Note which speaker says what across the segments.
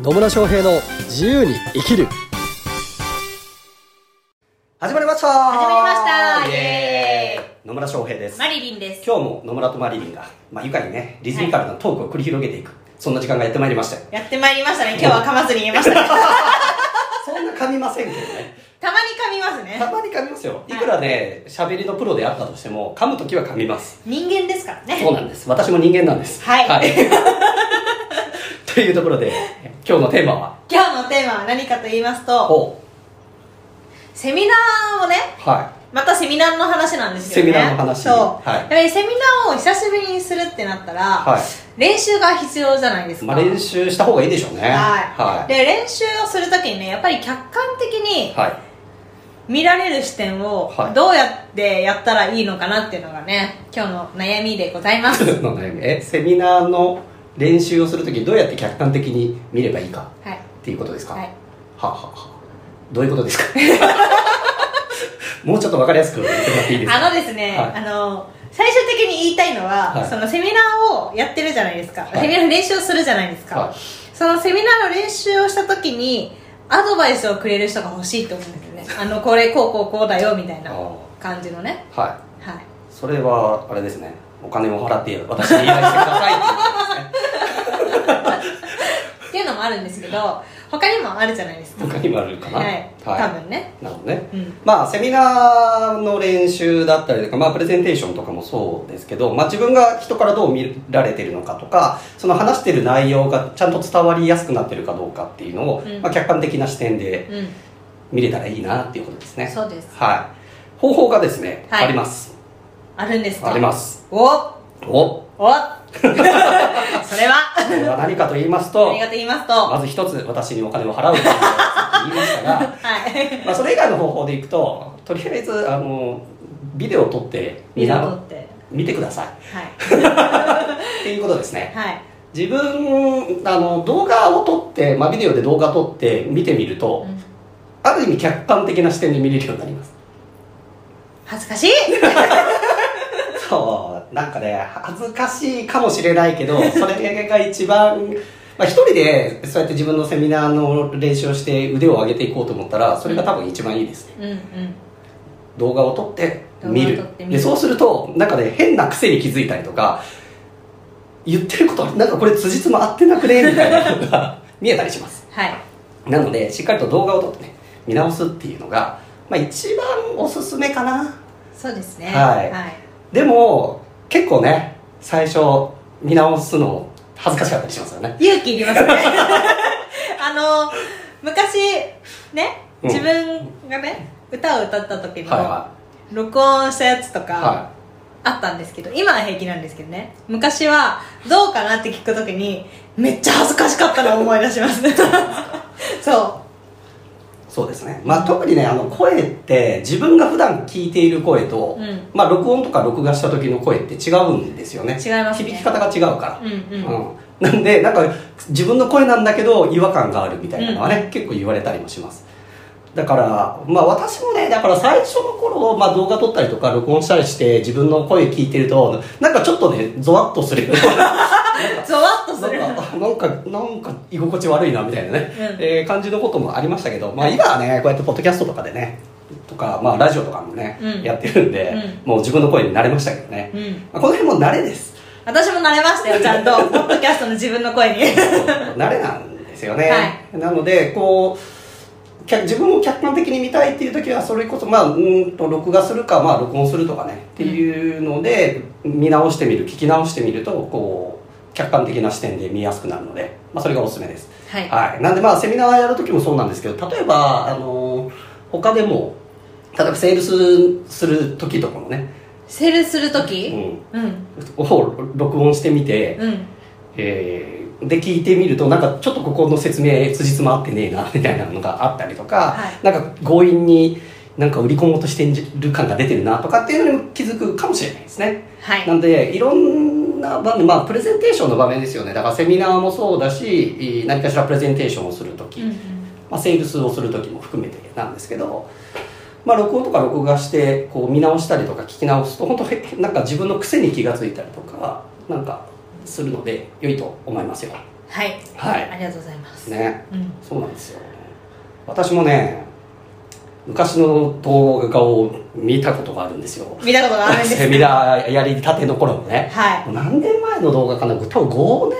Speaker 1: 野村翔平の自由に生きる始まりました
Speaker 2: 始まりましたイエ
Speaker 1: ーイ野村翔平です
Speaker 2: マリリンです。
Speaker 1: 今日も野村とマリリンが、まあ、愉快にねリズミカルなトークを繰り広げていく、そんな時間がやってまいりましたよ
Speaker 2: やってまいりましたね。今日は噛まずに言えまし たね。
Speaker 1: そんな噛みませんけどね
Speaker 2: たまに噛みます
Speaker 1: た
Speaker 2: ね。
Speaker 1: まに噛みますよ
Speaker 2: い
Speaker 1: いくらね喋りのプロであったとしても噛む時は噛みます
Speaker 2: 人間ですからね。
Speaker 1: そうなんです私も人間なんです
Speaker 2: はい
Speaker 1: というところで今日のテーマは
Speaker 2: 今日のテーマは何かと言いますと、
Speaker 1: お
Speaker 2: セミナーをね、
Speaker 1: は
Speaker 2: またセミナーの話なんですよね。
Speaker 1: セミナーの話
Speaker 2: そう。
Speaker 1: はい
Speaker 2: やっぱりセミナーを久しぶりにするってなったら、
Speaker 1: いは
Speaker 2: 練習が必要じゃないです
Speaker 1: い、
Speaker 2: か。
Speaker 1: まあ、練習した方がいいでしょうね
Speaker 2: はい、
Speaker 1: い
Speaker 2: で、練習をするときにね、やっぱり客観的に
Speaker 1: はい、
Speaker 2: 見られる視点を
Speaker 1: はい
Speaker 2: どうやってやったらいいのかなっていうのがね、今日の悩みでござい ます。
Speaker 1: ちょっと悩みえセミナーの練習をするときどうやって客観的に見ればいいか
Speaker 2: はい。
Speaker 1: っていうことですか、
Speaker 2: はい。
Speaker 1: はあはあはあどういうことですか もうちょっと分かりやすく言ってもらっていいですか
Speaker 2: あのですね、
Speaker 1: はい
Speaker 2: あの最終的に言いたいのは、
Speaker 1: はい
Speaker 2: そのセミナーをやってるじゃないですか、
Speaker 1: はい
Speaker 2: セミナーの練習をするじゃないですか、
Speaker 1: は
Speaker 2: そのセミナーの練習をした時にアドバイスをくれる人が欲しいと思うんですよねあのこれこうこうこうだよみたい
Speaker 1: い
Speaker 2: な
Speaker 1: あ
Speaker 2: 感じのね
Speaker 1: あはい
Speaker 2: はい
Speaker 1: それはあれですねお金を払って私に依頼してくださいっていう
Speaker 2: っていうのもあるんですけど他にもあるじゃないですか
Speaker 1: ことですね他にもあるかな
Speaker 2: はい、多
Speaker 1: は
Speaker 2: 分ね
Speaker 1: い、なるほどね
Speaker 2: うん
Speaker 1: まあセミナーの練習だったりとか、まあ、プレゼンテーションとかもそうですけど、まあ、自分が人からどう見られてるのかとかその話してる内容がちゃんと伝わりやすくなってるかどうかっていうのを、
Speaker 2: うん
Speaker 1: まあ、客観的な視点で
Speaker 2: うん
Speaker 1: 見れたらいいなっていうことですね
Speaker 2: そうです
Speaker 1: はい方法がですね、
Speaker 2: はい
Speaker 1: あります
Speaker 2: あるんですか
Speaker 1: あります
Speaker 2: お
Speaker 1: お
Speaker 2: おそれは
Speaker 1: これは何かと言いますと
Speaker 2: 何がと言いますとは
Speaker 1: まず一つ私にお金を払うっていうのをさっき言いましたが
Speaker 2: い
Speaker 1: まあ、それ以外の方法でいくととりあえずあのビデオを撮ってみ
Speaker 2: 見
Speaker 1: ん
Speaker 2: 事
Speaker 1: な
Speaker 2: って
Speaker 1: 見てください
Speaker 2: はい
Speaker 1: っていうことですね
Speaker 2: はい
Speaker 1: 自分あの動画を撮って、まあ、ビデオで動画撮って見てみると、
Speaker 2: うん
Speaker 1: ある意味客観的な視点で見れるようになります
Speaker 2: 恥ずかしい
Speaker 1: そうなんかね恥ずかしいかもしれないけ どそれが一番まあ、一人でそうやって自分のセミナーの練習をして腕を上げていこうと思ったらそれが多分一番いいですね
Speaker 2: うんうん
Speaker 1: 動画を撮って見る
Speaker 2: 動画を撮って見る
Speaker 1: でそうするとなんかね変な癖に気づいたりとか言ってることなんかこれ辻褄合ってなくねみたいなのが 見えたりします
Speaker 2: はい
Speaker 1: なのでしっかりと動画を撮ってね見直すっていうのが、まあ、一番おすすめかな
Speaker 2: そうですね
Speaker 1: はい
Speaker 2: はい、
Speaker 1: でも結構ね最初見直すの恥ずかしかったりしますよね
Speaker 2: 勇気いりますね あの昔ね
Speaker 1: うん
Speaker 2: 自分がね、歌を歌った時
Speaker 1: はい
Speaker 2: の
Speaker 1: は
Speaker 2: 録音したやつと
Speaker 1: い
Speaker 2: か
Speaker 1: は
Speaker 2: あったんですけど、今は平気なんですけどね昔はどうかなって聞く時にめっちゃ恥ずかしかったのを思い出します そ
Speaker 1: いそうですね、まあ、特にねあの声って自分が普段聞いている声と、
Speaker 2: ううん
Speaker 1: まあ、録音とか録画した時の声って違うんですよね
Speaker 2: 違いますね
Speaker 1: 響き方が違うか
Speaker 2: うんう
Speaker 1: ら、
Speaker 2: ん、
Speaker 1: うんなんでなんか自分の声なんだけど違和感があるみたいなのはね、結構言われたりもしますだから、まあ、私もねだから最初の頃、まあ、動画撮ったりとか録音したりして自分の声聞いてるとなんかちょっとねゾワッとする
Speaker 2: ゾワッ と
Speaker 1: な
Speaker 2: する
Speaker 1: んかなんかなんか居心地悪いなみたいなね、
Speaker 2: うん
Speaker 1: えー感じのこともありましたけど、まあ、今はねこうやってポッドキャストとかでねとか、まあ、ラジオとかもね、
Speaker 2: うん
Speaker 1: やってるんで、もう自分の声に慣れましたけどね、
Speaker 2: うん
Speaker 1: まあ、この辺も慣れです
Speaker 2: 私も慣れましたよちゃんとポッドキャストの自分の声に
Speaker 1: 慣れなんですよね、なのでこう客自分を客観的に見たいっていう時はそれこそまあうーんと録画するかまあ録音するとかねっていうので見直してみる聞き直してみるとこう客観的な視点で見やすくなるので、まあ、それがおすすめです
Speaker 2: はい
Speaker 1: はい、なんでまあセミナーやる時もそうなんですけど例えば、あの他でも例えばセールスする時とかもね、
Speaker 2: セールする
Speaker 1: う
Speaker 2: 時
Speaker 1: ん、
Speaker 2: うん
Speaker 1: を録音してみて、
Speaker 2: うん
Speaker 1: えーで聞いてみるとなんかちょっとここの説明辻褄合ってねえな みたいなのがあったりとか、
Speaker 2: はい
Speaker 1: なんか強引になんか売り込もうとしてる感が出てるなとかっていうのにも気づくかもしれないですね。
Speaker 2: はい
Speaker 1: なんでいろんな場面、まあ、プレゼンテーションの場面ですよねだからセミナーもそうだしえー何かしらプレゼンテーションをするとき、
Speaker 2: うんうん
Speaker 1: まあ、セールスをするときも含めてなんですけど、まあ、録音とか録画してこう見直したりとか聞き直すと本当へなんか自分の癖に気がついたりとかなんかするので良いと思いますよ
Speaker 2: はい、
Speaker 1: はい
Speaker 2: ありがとうございます、
Speaker 1: ね
Speaker 2: うん、
Speaker 1: そうなんですよ私もね昔の動画を見たことがあるんですよ
Speaker 2: 見たことがあるんです
Speaker 1: セミナーやりたての頃のね、
Speaker 2: はい
Speaker 1: 何年前の動画かな多分5年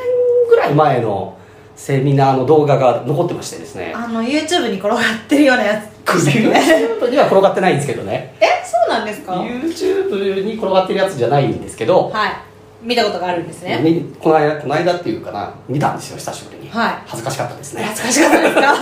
Speaker 1: ぐらい前のセミナーの動画が残ってましてですね
Speaker 2: あの YouTube に転がってるようなやつで したっけね
Speaker 1: YouTube には転がってないんですけどね
Speaker 2: えそうなんですかは
Speaker 1: YouTube に転がってるやつじゃないんですけど、
Speaker 2: い見たことがあるんですね
Speaker 1: みこの間この間っていうかな見たんですよ久しぶりに、
Speaker 2: はい
Speaker 1: 恥ずかしかったですね
Speaker 2: 恥ずかしかったですか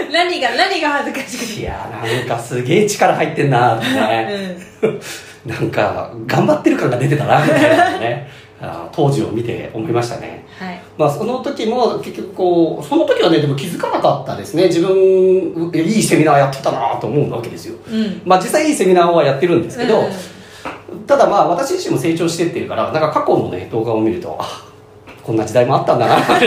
Speaker 2: 何が何が恥ずかしく
Speaker 1: いやーなんかすげえ力入ってんなーって
Speaker 2: て、
Speaker 1: ね、
Speaker 2: うん
Speaker 1: なんか頑張ってる感が出てたなみたいなね あー当時を見て思いましたね
Speaker 2: はい
Speaker 1: まあその時も結局こうその時はねでも気づかなかったですね自分いいセミナーやってたなーと思うわけですよ
Speaker 2: うん
Speaker 1: まあ実際いいセミナーはやってるんですけど、
Speaker 2: うん
Speaker 1: ただまあ私自身も成長してってるからなんか過去のね動画を見るとあこんな時代もあったんだなって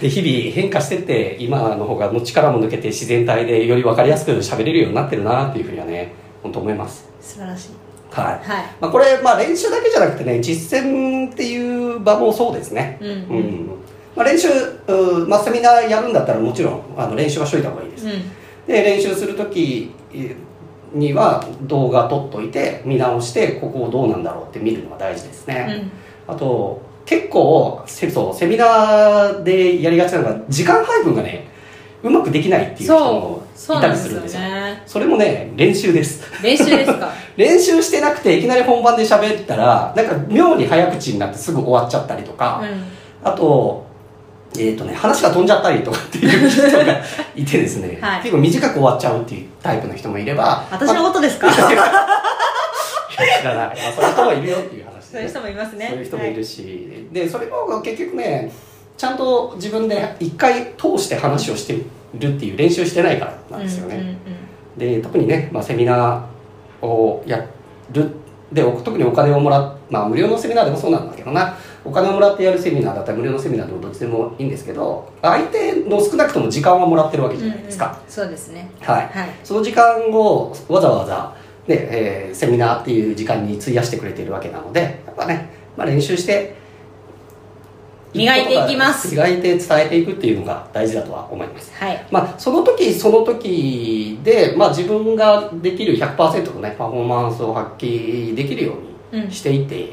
Speaker 1: で日々変化してって今の方がもう力も抜けて自然体でより分かりやすく喋れるようになってるなっていうふうにはね本当思います
Speaker 2: 素晴らしい
Speaker 1: はい、
Speaker 2: は
Speaker 1: まあ、これまあ練習だけじゃなくてね実践っていう場もそうですね
Speaker 2: いうん
Speaker 1: う、
Speaker 2: うんん
Speaker 1: まあ、練習、うんまあ、セミナーやるんだったらもちろんあの練習はしといた方がいいです
Speaker 2: うん
Speaker 1: で練習する時には動画撮っといて見直してここどうなんだろうって見るのが大事です
Speaker 2: う
Speaker 1: ね、
Speaker 2: ん
Speaker 1: あと結構セそうセミナーでやりがちなのが時間配分がねうまくできないっていう人も
Speaker 2: そうそう
Speaker 1: い
Speaker 2: な
Speaker 1: た
Speaker 2: ん
Speaker 1: り
Speaker 2: ですす
Speaker 1: る
Speaker 2: よ
Speaker 1: んですよ
Speaker 2: ね
Speaker 1: それもね練習です
Speaker 2: 練習ですか
Speaker 1: 練習してなくていきなり本番で喋ったらなんか妙に早口になってすぐ終わっちゃったりとか、
Speaker 2: う、
Speaker 1: あと、えっ、とね、話が飛んじゃったりとかっていう人がいてですね
Speaker 2: はい
Speaker 1: 結構短く終わっちゃうっていうタイプの人もいれば、
Speaker 2: 私の
Speaker 1: ま
Speaker 2: ことですか
Speaker 1: あ知らない、まあ、そういう人もいるよっていう話です
Speaker 2: そういう人もいますね
Speaker 1: そういう人もいるし、で、それも結局ね、ちゃんと自分で一回通して話をしてるっていう練習してないからなんですよね。
Speaker 2: うんうんうん
Speaker 1: で特にね、まあ、セミナーをやるでお特にお金をもらっまあ無料のセミナーでもそうなんだけどなお金をもらってやるセミナーだったら無料のセミナーでもどっちでもいいんですけど相手の少なくとも時間はもらってるわけじゃないですか、
Speaker 2: うんうんそうですね
Speaker 1: はい
Speaker 2: はい
Speaker 1: その時間をわざわざ、ねえーセミナーっていう時間に費やしてくれているわけなのでやっぱね、まあ、練習して
Speaker 2: 磨いていきます
Speaker 1: 磨いて伝えていくっていうのが大事だとは思います
Speaker 2: はい
Speaker 1: まあ、その時その時で、まあ、自分ができる100%の、ね、パフォーマンスを発揮できるよう
Speaker 2: うん
Speaker 1: にしていって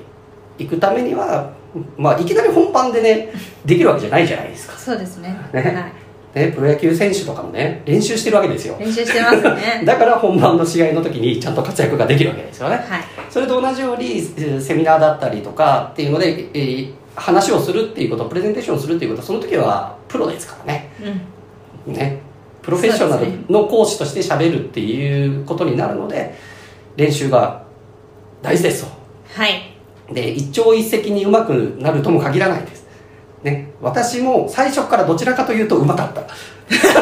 Speaker 1: いくためには、まあ、いきなり本番でねできるわけじゃないじゃないですか、
Speaker 2: そうですね
Speaker 1: ね
Speaker 2: は
Speaker 1: ね、プロ野球選手とかもね練習してるわけですよ
Speaker 2: い練習してます ね
Speaker 1: だから本番の試合の時にちゃんと活躍ができるわけですよね
Speaker 2: はい
Speaker 1: それと同じようにえーセミナーだったりとかっていうので、えー話をするっていうことプレゼンテーションするっていうことはその時はプロですからね
Speaker 2: うん
Speaker 1: ね、プロフェッショナルの講師として喋るっていうことになるので練習が大事ですと
Speaker 2: はい
Speaker 1: で一朝一夕にうまくなるとも限らないです、ね、私も最初からどちらかというとうまかった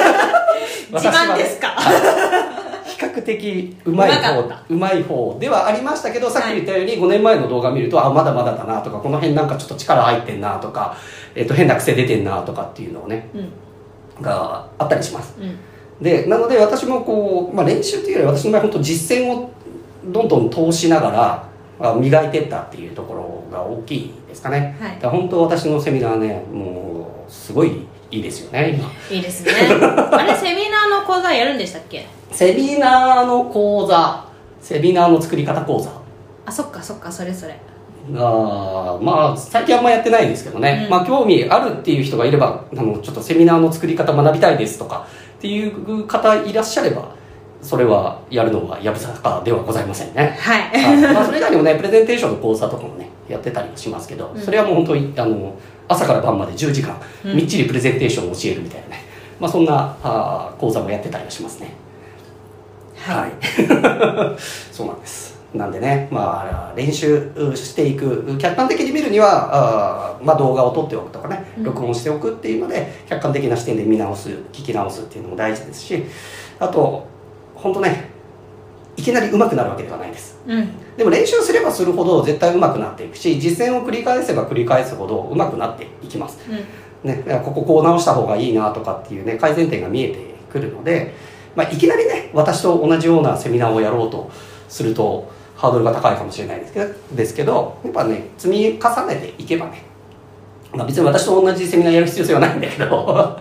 Speaker 2: 自慢で すか
Speaker 1: 私はね比較的うまい方
Speaker 2: うまかっ
Speaker 1: うまい方ではありましたけどさっき言ったように5年前の動画見ると、あまだまだだなとかこの辺なんかちょっと力入ってんなとか、えっと変な癖出てんなとかっていうのをね
Speaker 2: うん
Speaker 1: があったりします
Speaker 2: うん
Speaker 1: でなので私もこう、まあ、練習というより私の場合本当実践をどんどん通しながらまあ磨いてったっていうところが大きいですかね、
Speaker 2: はい
Speaker 1: だから本当私のセミナーねもうすごいいいですよね今
Speaker 2: いいですね あれセミナーの講座やるんでしたっけ
Speaker 1: セミナーの講座セミナーの作り方講座
Speaker 2: あそっかそっかそれそれ
Speaker 1: がまあ最近あんまやってないですけどね、
Speaker 2: うん
Speaker 1: まあ興味あるっていう人がいればあのちょっとセミナーの作り方学びたいですとかっていう方いらっしゃればそれはやるのはやぶさかではございませんね
Speaker 2: はい
Speaker 1: はいまあ、それ以外にもねプレゼンテーションの講座とかもねやってたりもしますけど、
Speaker 2: うん
Speaker 1: それはもう本当にあの朝から晩まで10時間、
Speaker 2: うん
Speaker 1: みっちりプレゼンテーションを教えるみたいなね、まあ、そんなあー講座もやってたりはしますね、
Speaker 2: はい
Speaker 1: そうなんですなんでね、まあ、練習していく客観的に見るにはあー、まあ、動画を撮っておくとかね
Speaker 2: うん
Speaker 1: 録音しておくっていうので客観的な視点で見直す聞き直すっていうのも大事ですしあと本当ねいきなり上手くなるわけではないです
Speaker 2: うん
Speaker 1: でも練習すればするほど絶対上手くなっていくし実践を繰り返せば繰り返すほど上手くなっていきます、
Speaker 2: うん
Speaker 1: ね、こここう直した方がいいなとかっていうね改善点が見えてくるので、まあ、いきなりね私と同じようなセミナーをやろうとするとハードルが高いかもしれないですけどですけどやっぱね積み重ねていけばね、まあ、別に私と同じセミナーやる必要性はないんだけど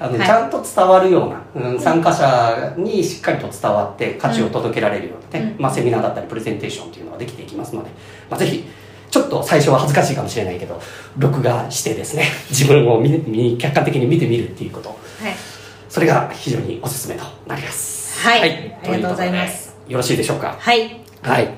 Speaker 1: あの、
Speaker 2: はい
Speaker 1: ちゃんと伝わるような、うん、参加者にしっかりと伝わって価値を届けられるようなね、
Speaker 2: うん
Speaker 1: まあ、セミナーだったりプレゼンテーションというのができていきますので、まあ、ぜひちょっと最初は恥ずかしいかもしれないけど録画してですね 自分を見見客観的に見てみるっていうこと
Speaker 2: はい
Speaker 1: それが非常におすすめとなります
Speaker 2: はいありがとうございます
Speaker 1: とうことでよろしいでしょうか
Speaker 2: はい
Speaker 1: はい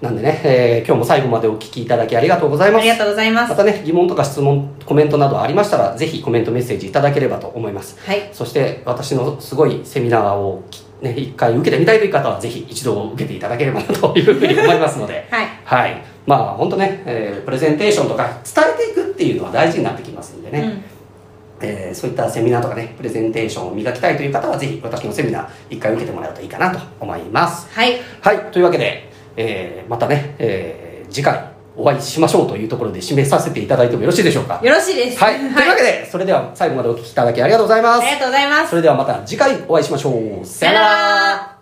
Speaker 1: なんでね、えー今日も最後までお聞きいただきありがとうござい
Speaker 2: あ
Speaker 1: ます
Speaker 2: りがとうございます
Speaker 1: またね疑問とか質問コメントなどありましたらぜひコメントメッセージいただければと思います
Speaker 2: はい
Speaker 1: そして私のすごいセミナーをきね一回受けてみたいという方はぜひ一度受けていただければなというふうに思いますの で
Speaker 2: はい
Speaker 1: はいまあ本当ね、えープレゼンテーションとか伝えていくっていうのは大事になってきますんでね、
Speaker 2: うん
Speaker 1: えーそういったセミナーとかねプレゼンテーションを磨きたいという方はぜひ私のセミナー一回受けてもらうといいかなと思います
Speaker 2: はい
Speaker 1: はいというわけで、えーまたね、えー次回お会いしましょうというところで締めさせていただいてもよろしいでしょうか
Speaker 2: よろしいです
Speaker 1: はい、というわけでそれでは最後までお聞きいただきありがとうございま
Speaker 2: あ
Speaker 1: す
Speaker 2: りがとうございます
Speaker 1: それではまた次回お会いしましょうさ
Speaker 2: さよ
Speaker 1: よな
Speaker 2: な
Speaker 1: ら
Speaker 2: ら